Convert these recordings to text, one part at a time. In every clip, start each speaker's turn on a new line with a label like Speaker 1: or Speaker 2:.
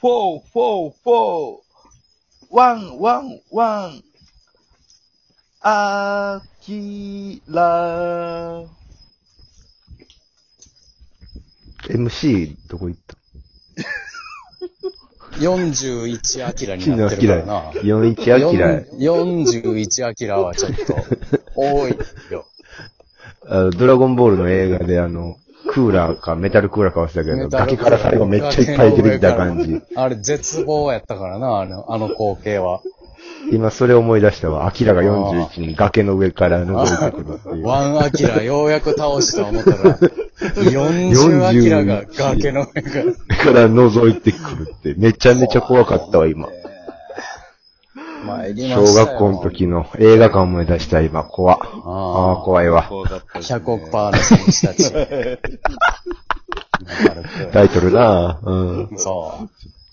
Speaker 1: フォー、フォー、フォー。ワン、ワン、ワン。あきら。
Speaker 2: MC、どこ行った
Speaker 3: 41アキラになってるからな。
Speaker 2: ?41 アキラ。
Speaker 3: 四41アキラはちょっと、多いよ。
Speaker 2: あのドラゴンボールの映画であの、クーラーか、メタルクーラーか忘れたけど、
Speaker 3: メタル
Speaker 2: 崖から最後めっちゃいっぱい出てきた感じ。
Speaker 3: あれ、絶望やったからな、あの、あの光景は。
Speaker 2: 今それ思い出したわ。アキラが41に崖の上から登ってくるっていう。
Speaker 3: ワンアキラようやく倒した思ったら、40アキラが崖の上から。
Speaker 2: から覗いてくるって、めちゃめちゃ怖かったわ、今。
Speaker 3: 参りま
Speaker 2: 小
Speaker 3: したよ
Speaker 2: 学校の。時の映画館思い出した、今、怖っ。ああ、怖いわ。
Speaker 1: 怖かったですね
Speaker 3: 100億パーの選手たち。 メタルクーラ
Speaker 2: タイトルなあうん。
Speaker 3: ーそう。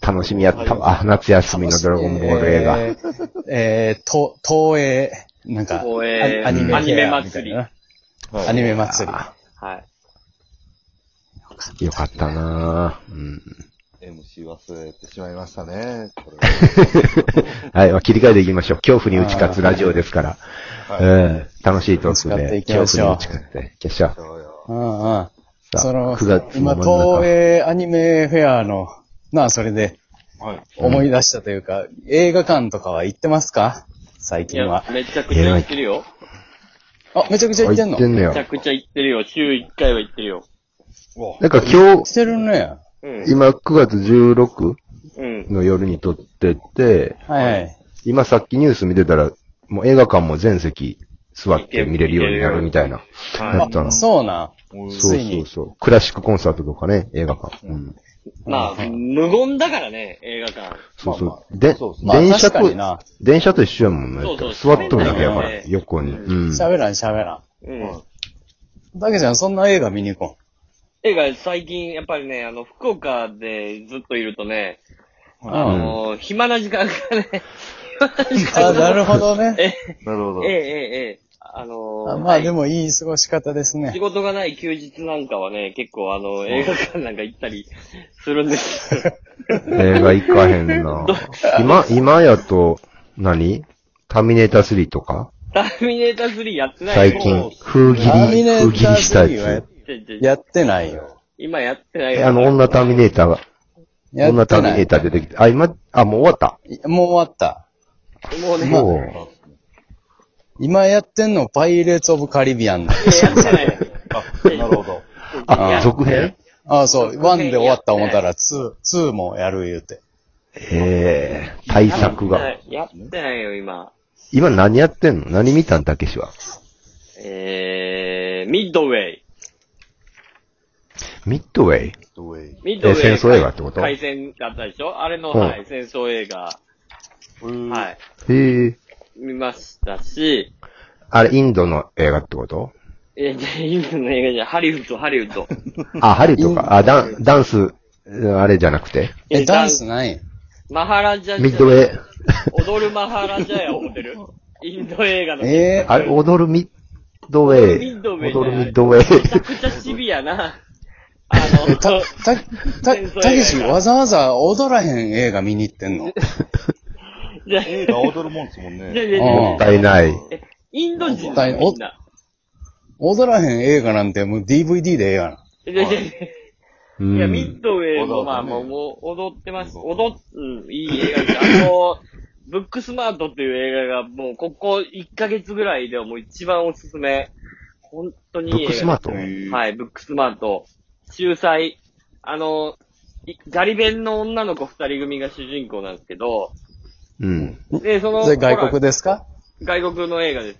Speaker 2: 楽しみやったわ。夏休みのドラゴンボール映画。
Speaker 3: えー、えーと、東映、なんか、
Speaker 4: 東映
Speaker 3: アアニメフェア
Speaker 4: アニメ祭り
Speaker 3: みたいなアニメ祭り。
Speaker 2: あ
Speaker 4: はい。
Speaker 2: よかったなあうん
Speaker 1: MC 忘れてしまいましたね。これ
Speaker 2: はい、まあ切り替えていきましょう。恐怖に打ち勝つラジオですから。
Speaker 1: はい
Speaker 2: うん楽しいトーク
Speaker 3: 打ち勝って
Speaker 2: で、
Speaker 3: いきま
Speaker 2: 恐
Speaker 3: しょう
Speaker 2: 怖に打ち勝って、決勝。
Speaker 1: そうよ。
Speaker 3: うんうん。
Speaker 2: さあ
Speaker 3: その
Speaker 2: 9月、の真
Speaker 3: 今、
Speaker 2: ん中
Speaker 3: 東映アニメフェアの、なあ、それで
Speaker 1: はい。
Speaker 3: 思い出したというか、映画館とかは行ってますか最
Speaker 4: い
Speaker 3: 近
Speaker 4: や
Speaker 3: は、。
Speaker 4: めちゃくちゃ行ってるよ。
Speaker 3: あ、めちゃくちゃ行ってんの
Speaker 2: 入ってんの
Speaker 4: め
Speaker 2: よ
Speaker 4: ち。ゃくちゃ行ってるよ。週1回は行ってるよ。
Speaker 1: お
Speaker 2: なんか今日
Speaker 3: し、てるね。
Speaker 4: うん。
Speaker 2: 今9月 16?
Speaker 4: うん。
Speaker 2: の夜に撮ってて、
Speaker 3: はいはい。
Speaker 2: 今さっきニュース見てたら、もう映画館も全席座って見れるようになるみたいな。
Speaker 4: は
Speaker 2: やった
Speaker 3: あ、
Speaker 2: な。そ
Speaker 3: そうな。
Speaker 1: お
Speaker 2: う
Speaker 1: い
Speaker 2: そ
Speaker 3: ついに
Speaker 2: うそう。クラシックコンサートとかね、映画館。うん。
Speaker 4: い。まあ、無言だからね、映画館。
Speaker 2: そう
Speaker 1: まあ
Speaker 2: そう。で
Speaker 1: そう、そう
Speaker 3: まあ、
Speaker 2: 電車
Speaker 3: 確か
Speaker 2: と
Speaker 3: に、な。
Speaker 2: 電車と一緒やもんね。
Speaker 4: そうそう
Speaker 2: 座っとるだけやから
Speaker 4: そう、そう
Speaker 2: 横に。うん。
Speaker 3: 喋らん喋ら
Speaker 4: うん。
Speaker 3: ん。だけじゃん、そんな映画見に行こ
Speaker 4: 映画最近、やっぱりね、あの、福岡でずっといるとね、
Speaker 3: う。う
Speaker 4: あ
Speaker 3: ん。
Speaker 4: のー、暇な時間がね、
Speaker 3: あ、なるほどね。
Speaker 1: なるほど
Speaker 4: えええ。えええ、あのー
Speaker 3: あまあで
Speaker 4: も、
Speaker 3: もいい過ごし方です
Speaker 4: 仕
Speaker 3: ね。
Speaker 4: 事がない休日なんかはね、結構あの、映画館なんか行ったりするんですけど、
Speaker 2: 映画行かへんな。今、今やと何、ターミネーター3とか
Speaker 4: ターミネーター3やってない
Speaker 2: 最近、風切り、
Speaker 3: ターミネ
Speaker 2: 風
Speaker 3: ー
Speaker 2: 切
Speaker 3: ター
Speaker 2: りした
Speaker 3: 3はや
Speaker 2: や
Speaker 3: っ
Speaker 4: ちょいちょい
Speaker 3: やってないよ。
Speaker 4: 今やってない
Speaker 2: つ。
Speaker 4: よ
Speaker 2: あの、女ターミネーターが、
Speaker 3: や
Speaker 2: 女
Speaker 3: っ
Speaker 2: タ
Speaker 3: て
Speaker 2: ーミ
Speaker 3: な
Speaker 2: ネー
Speaker 3: い。
Speaker 2: ター出てきて、あ、今、あ、もう終わった。
Speaker 3: もう終わった。
Speaker 4: もうね、
Speaker 2: も
Speaker 3: 今やってんのパイレーツ・オブ・カリビアンだ。
Speaker 4: やってない。
Speaker 1: あ、なるほど。
Speaker 2: う、あ、続編
Speaker 3: ああ、そう。1で終わった思ったら2、2もやる言うて。
Speaker 2: ええ対策が。。
Speaker 4: やってないよ、今。
Speaker 2: 今何やってんの何見たんたけしは。
Speaker 4: えー、ミッドウェイ。
Speaker 2: ミッドウェイ
Speaker 1: どうえ
Speaker 4: ミッドウェイ。
Speaker 2: え戦争映画ってこと
Speaker 4: 海戦だったでしょあれの、
Speaker 2: うん
Speaker 4: はい、戦争映画。
Speaker 1: い。。
Speaker 4: はいい。
Speaker 2: へえ。
Speaker 4: 見ましたし、
Speaker 2: あれ、インドの映画ってこと
Speaker 4: え、じゃあインドの映画じゃんハリウッド、ハリウ ッド。
Speaker 2: あ、ハリウッドか。あ、ダン、ダンス、うんあれじゃなくて。
Speaker 3: え、ダンスない
Speaker 4: マハラジャ
Speaker 2: ミッドウェイ。
Speaker 4: 踊るマハラジャや思って る。インド映画の。め
Speaker 3: ええ
Speaker 2: あれ、踊るミッドウェイ。
Speaker 4: ミッドウェイ
Speaker 2: 踊るミッドウェ
Speaker 4: ちゃ
Speaker 2: イ。
Speaker 4: くちゃシビアな。あの、
Speaker 3: た、た、た、たけし、わざわざ踊らへん映画見に行ってんの
Speaker 4: じゃあ
Speaker 1: 映画踊るもんですもん
Speaker 4: じゃあ
Speaker 1: ね。
Speaker 4: じゃあじゃあ
Speaker 2: もったいない。
Speaker 4: インド人
Speaker 3: もった
Speaker 4: だ
Speaker 3: い
Speaker 4: よ、
Speaker 3: ない
Speaker 4: みんな。
Speaker 3: 踊らへん映画なんてもう DVD でええがな。
Speaker 4: いやいやい
Speaker 2: い
Speaker 4: やいや、ミッドウェイも、
Speaker 1: うん
Speaker 4: まあ、
Speaker 1: 踊るね
Speaker 4: もう、もう、踊ってます。
Speaker 1: うん
Speaker 4: 踊っ、うん、いい映画です。あの、ブックスマートっていう映画が、もう、ここ1ヶ月ぐらいではもう一番おすすめ。本当にいい映画です。
Speaker 2: ブックスマート
Speaker 4: はい、ブックスマート。秀才。あの、いガリ弁の女の子二人組が主人公なんですけど、
Speaker 2: うん。
Speaker 4: で、その、
Speaker 3: それ外国
Speaker 4: で。
Speaker 3: ですか
Speaker 4: 外国の映画です。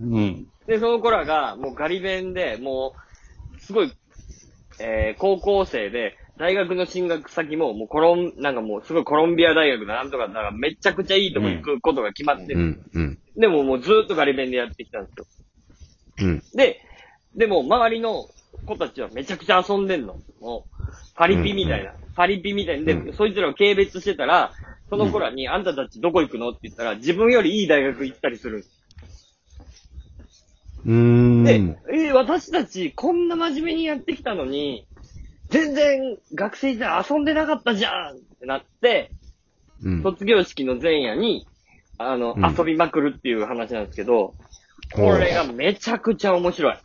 Speaker 3: うん。
Speaker 4: で、その子らが、もうガリ弁で、もう、すごい、えー、高校生で、大学の進学先も、もうコロン、なんかもう、すごいコロンビア大学だなんとか、だからめちゃくちゃいいとこ行くことが決まって
Speaker 2: う
Speaker 4: る。
Speaker 2: ん。うん。
Speaker 4: でももうずーっとガリ弁でやってきたんですよ。
Speaker 2: うん。
Speaker 4: で、でも周りの子たちはめちゃくちゃ遊んでんの。もう、パリピみたいな。パリピみたいな。で、
Speaker 2: うん
Speaker 4: そいつらを軽蔑してたら、その子らに、あんたたちどこ行くのって言ったら、自分よりいい大学行ったりするんです
Speaker 2: うー
Speaker 4: で
Speaker 2: ん。、
Speaker 4: えー私たちこんな真面目にやってきたのに、全然学生時代遊んでなかったじゃんってなって、
Speaker 2: うん。
Speaker 4: 卒業式の前夜に、あの、
Speaker 2: うん
Speaker 4: 遊びまくるっていう話なんですけど、
Speaker 2: ほ
Speaker 4: こ
Speaker 2: う
Speaker 4: れがめちゃくちゃ面白い。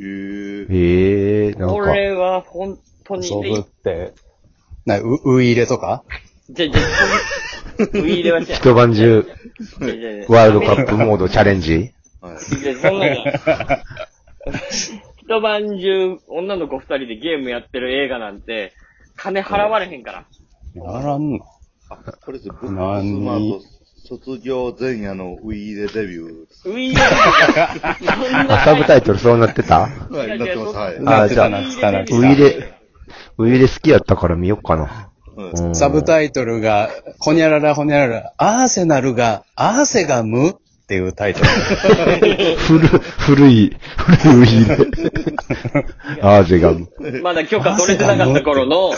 Speaker 1: ええ。
Speaker 2: ええー、なん
Speaker 4: こ
Speaker 2: か、
Speaker 4: れは本当に、
Speaker 5: 遊ぶって、
Speaker 3: な、う、う入れとか
Speaker 4: じゃ、じゃ、ウィーレはしない
Speaker 2: 一晩中、
Speaker 4: いやいやいや
Speaker 2: ワールドカップモードチャレンジ
Speaker 4: いや、そんなの。一晩中、女の子二人でゲームやってる映画なんて、金払われへんから。
Speaker 5: やらんの
Speaker 1: これです、ブックスマ
Speaker 5: 何
Speaker 1: ート卒業前夜のウィーレデビュ
Speaker 4: ウィーレは しない。
Speaker 2: あ、サブタイトルそうなってた
Speaker 1: ー。はいい、なってます。はい。
Speaker 2: あ
Speaker 3: なってた
Speaker 2: じゃ
Speaker 3: な
Speaker 2: あ
Speaker 3: ってたなって
Speaker 2: ウ
Speaker 3: た。
Speaker 2: イレ、ウイレ好きやったから見よっかな。
Speaker 1: うん
Speaker 3: サブタイトルが、ほにゃららほにゃらら、アーセナルが、アーセがムっていうタイト ル。
Speaker 2: 古、古い、古いウイレ。アーゼが。
Speaker 4: まだ許可取れてなかった頃の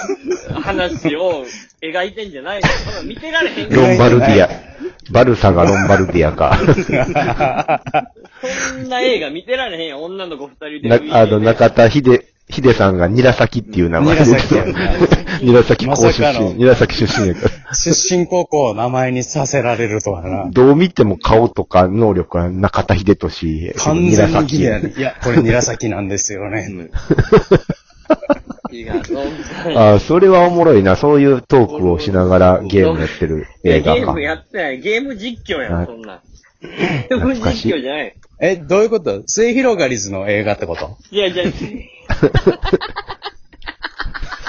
Speaker 4: 話を描いてんじゃないのそんな見てられへんから
Speaker 2: ロ ンバルディア。バルサがロンバルディアか。
Speaker 4: そんな映画見てられへんよ。女の子二人で。
Speaker 2: なあの、中田秀、秀さんがニラサキっていう名前で
Speaker 3: 韮崎やんな。
Speaker 2: ニラサキ
Speaker 3: ま
Speaker 2: 高出
Speaker 3: さかの
Speaker 2: 身。ニラサキ出身やか
Speaker 3: 出身高校を名前にさせられるとは
Speaker 2: ら。
Speaker 3: な。
Speaker 2: どう見ても顔とか能力は中田秀俊。
Speaker 3: 完全にギリや
Speaker 2: 韮
Speaker 3: ね。いや、これニラサキなんですよね。
Speaker 4: いやロン
Speaker 2: 崎ああ、それはおもろいな。そういうトークをしながらゲームやってる映画
Speaker 4: ゲー
Speaker 2: か
Speaker 4: ム。やってない。ゲーム実況や
Speaker 2: は
Speaker 4: ろ、
Speaker 2: い
Speaker 4: そんなん。ゲーム
Speaker 2: 懐かしい
Speaker 4: 実況じゃない。
Speaker 3: え、どういうこと末広がりずの映画ってこと
Speaker 4: いや、じゃあ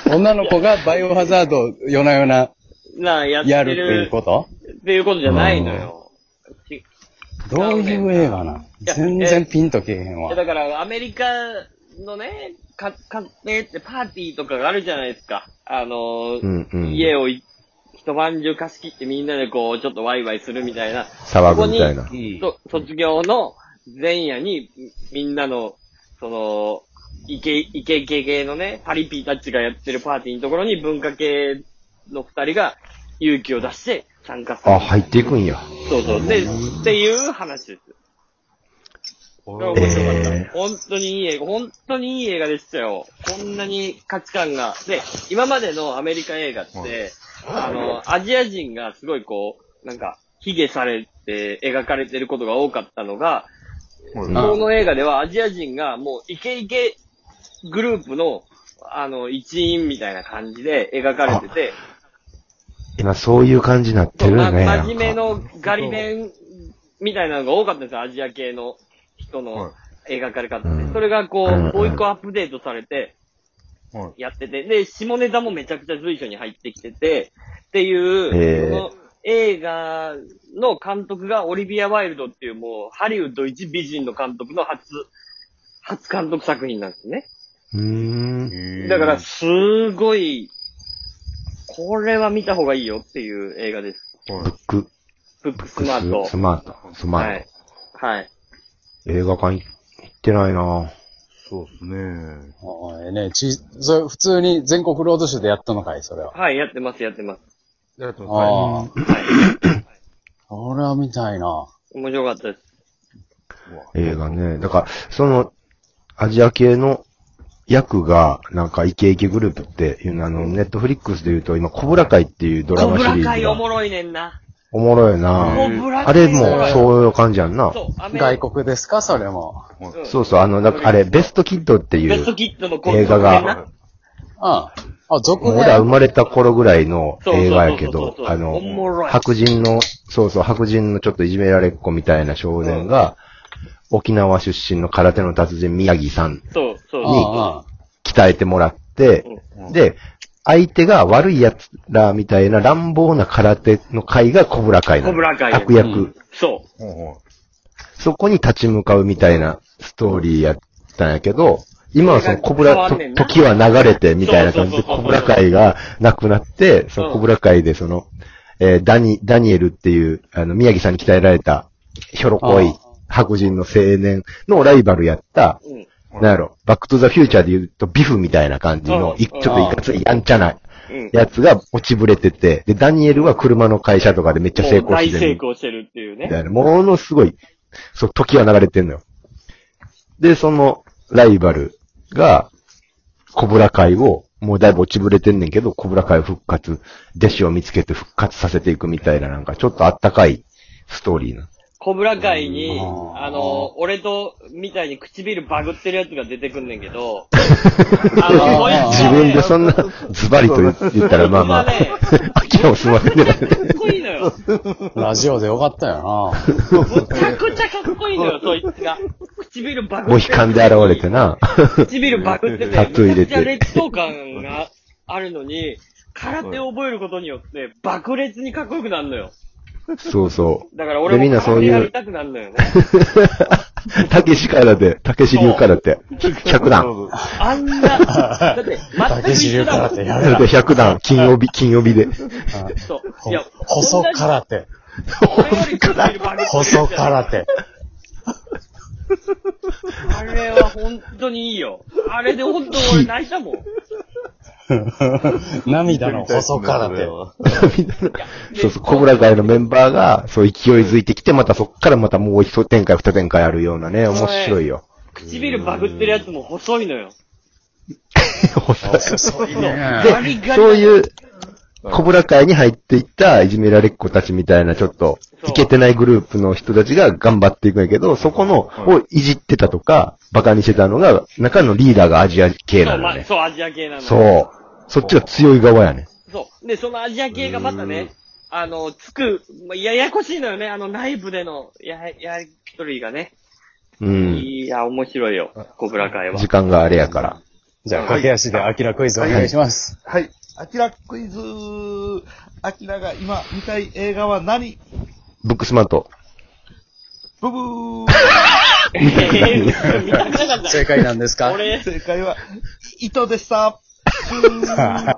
Speaker 3: 女の子がバイオハザードを夜な夜な
Speaker 4: なあ、やってる。
Speaker 3: やるっていうこと
Speaker 4: っていうことじゃないのよ。ち
Speaker 3: どういう映画なん
Speaker 4: いや
Speaker 3: 全然ピンとけえへん
Speaker 4: いや
Speaker 3: わ。
Speaker 4: だから、アメリカのね、か、か、えってパーティーとかがあるじゃないですか。あのー
Speaker 2: うんうん
Speaker 4: 家をい一晩中貸し切ってみんなでこう、ちょっとワイワイするみたいな。
Speaker 2: 騒ぐみたいな
Speaker 4: そこにそ卒業の前夜に、みんなの、その、イケ、イケイケ系のね、パリピーたちがやってるパーティーのところに文化系の二人が勇気を出して参加する。
Speaker 2: あ、入っていくんや。
Speaker 4: そうそう。で、っていう話です。だから面白かった。
Speaker 2: え
Speaker 4: 本当にいい映画、本当にいい映画でしたよ。こんなに価値観が。で、今までのアメリカ映画って、あの、アジア人がすごいこう、なんか、卑下されて描かれてることが多かったのが、
Speaker 1: う
Speaker 4: こ
Speaker 1: ん
Speaker 4: の映画ではアジア人がもうイケイケグループの、あの、一員みたいな感じで描かれてて、
Speaker 2: ー、今そういう感じになって
Speaker 4: そう
Speaker 2: る
Speaker 4: ま
Speaker 2: よね。なんか
Speaker 4: 真面目のガリ弁みたいなのが多かったんですよ、アジア系の人の描かれ方
Speaker 2: う
Speaker 4: で。
Speaker 2: ん
Speaker 4: それがこ
Speaker 2: うんうん
Speaker 4: う、もう一個アップデートされて
Speaker 1: うん、
Speaker 4: やってて、で、下ネタもめちゃくちゃ随所に入ってきてて、っていう、
Speaker 2: へー
Speaker 4: その映画の監督がオリビア・ワイルドっていうもう、ハリウッド一美人の監督の初、初監督作品なんですね。
Speaker 2: うーん。
Speaker 4: だから、すごい、これは見た方がいいよっていう映画です。
Speaker 2: ブック、
Speaker 4: ブックス
Speaker 2: ブ
Speaker 4: マ
Speaker 2: ッ
Speaker 4: ー
Speaker 2: ク
Speaker 4: ト。
Speaker 2: ス、スマート、スマート。
Speaker 4: はい。はい。
Speaker 2: 映画館行ってないな
Speaker 1: そうですね。
Speaker 3: おいね、ち、それ普通に全国ロードショーでやったのかいそれは。
Speaker 4: はい、やってます、やってます。
Speaker 1: ありがとうございます。
Speaker 3: ああ。 俺は見たいな。
Speaker 4: 面白かったです。
Speaker 2: 映画ね。だから、その、アジア系の役が、なんかイケイケグループっていうのあの、ネットフリックスで言うと、今、コブラ会っていうドラ
Speaker 4: 小
Speaker 2: マシリ
Speaker 4: 倉
Speaker 2: ーズ
Speaker 4: 会お
Speaker 2: が。
Speaker 4: もろいねんな。
Speaker 2: おもろいな
Speaker 4: 小倉会。
Speaker 2: あれも、そういう感じやんな。
Speaker 4: そう、アメ
Speaker 3: 外国ですかそれも。
Speaker 4: うん
Speaker 2: そうそう、あの、なんかあれ、ベストキッドってい
Speaker 4: ベスト
Speaker 2: う、
Speaker 4: キッドの
Speaker 2: 映画が
Speaker 4: 続編な
Speaker 3: うん。あ、続
Speaker 2: 俺ら生
Speaker 3: 編。
Speaker 2: まれた頃ぐらいの
Speaker 4: そうそうそう
Speaker 2: 映
Speaker 4: そう
Speaker 2: 画やけど
Speaker 4: そうそう、そう
Speaker 2: あ
Speaker 4: お
Speaker 2: の
Speaker 4: もろい、
Speaker 2: 白人の、そうそう、白人のちょっといじめられっ子みたいな少年が、沖縄出身の空手の達人宮城さん
Speaker 4: そう、そう
Speaker 3: うん
Speaker 4: そう。
Speaker 3: うん
Speaker 2: 鍛えてもらって、で、相手が悪い奴らみたいな乱暴な空手の会がコブラ会なの。
Speaker 4: コブラ会
Speaker 2: 悪役、
Speaker 3: うん
Speaker 4: そう。
Speaker 1: ほうほ
Speaker 2: そこに立ち向かうみたいなストーリーやったんやけど、今はそのコブラ、
Speaker 4: そ
Speaker 2: と
Speaker 4: れが変わんねんな
Speaker 2: 時は流れてみたいな感じで
Speaker 4: そうそうそうそう
Speaker 2: コブラ会がなくなって、そのコブラ会でその、えーダニ、ダニエルっていう、あの、宮城さんに鍛えられた、ひょろこ
Speaker 3: あ
Speaker 2: い白人の青年のライバルやった、
Speaker 4: うん。
Speaker 2: なんやろ、バックトゥザフューチャーで言うと、ビフみたいな感じの、
Speaker 4: うん
Speaker 2: いちょっといかついやんちゃな
Speaker 4: うん。
Speaker 2: やつが落ちぶれてて、で、ダニエルは車の会社とかでめっちゃ成
Speaker 4: もう
Speaker 2: 功
Speaker 4: 大
Speaker 2: して
Speaker 4: 成
Speaker 2: る。
Speaker 4: 功してるっていう
Speaker 2: み
Speaker 4: ね。
Speaker 2: たいな、ものすごい、そう、時は流れてんのよ。で、そのライバルが、コブラ会をもうだいぶ落ちぶれてんねんけど、小倉会復活、弟子を見つけて復活させていくみたいな、なんかちょっとあったかいストーリーな。
Speaker 4: コブラ会に、
Speaker 5: うん
Speaker 4: あの、俺と、みたいに唇バグってるやつが出てくんねん けど、あの、こいつはね
Speaker 2: 自分でそんなズバリと言ったら、まあまあ
Speaker 4: こいつはね、
Speaker 2: アキラもすませんね。
Speaker 4: かっこいいのよ。
Speaker 5: ラジオでよかったよ
Speaker 4: むちゃくちゃかっこいいの よ、そいつが。唇バグって。
Speaker 2: モヒカンで現れて。な。
Speaker 4: 唇バグって て、
Speaker 2: タトゥー入れて
Speaker 4: めちゃくちゃ劣等感があるのに、空手を覚えることによって、爆裂にかっこよくなるのよ。
Speaker 2: そうそ
Speaker 4: だから俺
Speaker 2: でみん
Speaker 4: も
Speaker 2: なそういう
Speaker 4: やりたくなるのよね。
Speaker 2: う。たけしからで、たけし流からで、100段。
Speaker 1: そう
Speaker 4: あん な、だって、
Speaker 5: な。
Speaker 4: 全く
Speaker 5: 竹
Speaker 4: 一
Speaker 5: 尻
Speaker 4: 緒だ
Speaker 5: 空
Speaker 4: もん
Speaker 5: 手。やるな。
Speaker 2: 100段、金曜日、金曜日で。
Speaker 4: そう。いや、
Speaker 5: 細空手。
Speaker 4: 俺より唇バグってるやつ
Speaker 5: 細空手。
Speaker 4: あれは本当にいいよ。あれで本当俺泣いたもん。
Speaker 5: 涙の細空手。
Speaker 2: そうそう、小倉会のメンバーが、そう勢いづいてきて、またそっからまたもう一展開、二展開あるようなね、面白いよ。
Speaker 4: 唇バグってるやつも細いのよ。
Speaker 5: 細いね。
Speaker 4: ガリガリ。
Speaker 2: そういう、小倉会に入っていったいじめられっ子たちみたいな、ちょっと、
Speaker 4: そう
Speaker 2: いけてないグループの人たちが頑張っていくんやけど、そこの、をいじってたとか、バカにしてたのが、中のリーダーがアジア系
Speaker 4: そ
Speaker 2: な
Speaker 4: う、
Speaker 2: の
Speaker 4: ま、
Speaker 2: ね。
Speaker 4: そう、アジア系なの。
Speaker 2: そう。そっちが強い側やね。
Speaker 4: そう。で、そのアジア系がまたね、あの、つく、まややこしいのよね、あの内部でのや、やりとりがね。
Speaker 2: うん。
Speaker 4: いや、面白いよ、コブラ会は
Speaker 2: 時。間があれやから。
Speaker 5: じゃあ、駆け足でアキラクイズお願いします。
Speaker 1: はい。アキラクイズアキラが今見たい映画は何
Speaker 2: ブックスマート。
Speaker 1: ブブー
Speaker 4: えー 見たくなかっ
Speaker 5: 正解なんです
Speaker 4: た。
Speaker 5: か
Speaker 4: 俺、
Speaker 1: 正解は、糸でした。ブー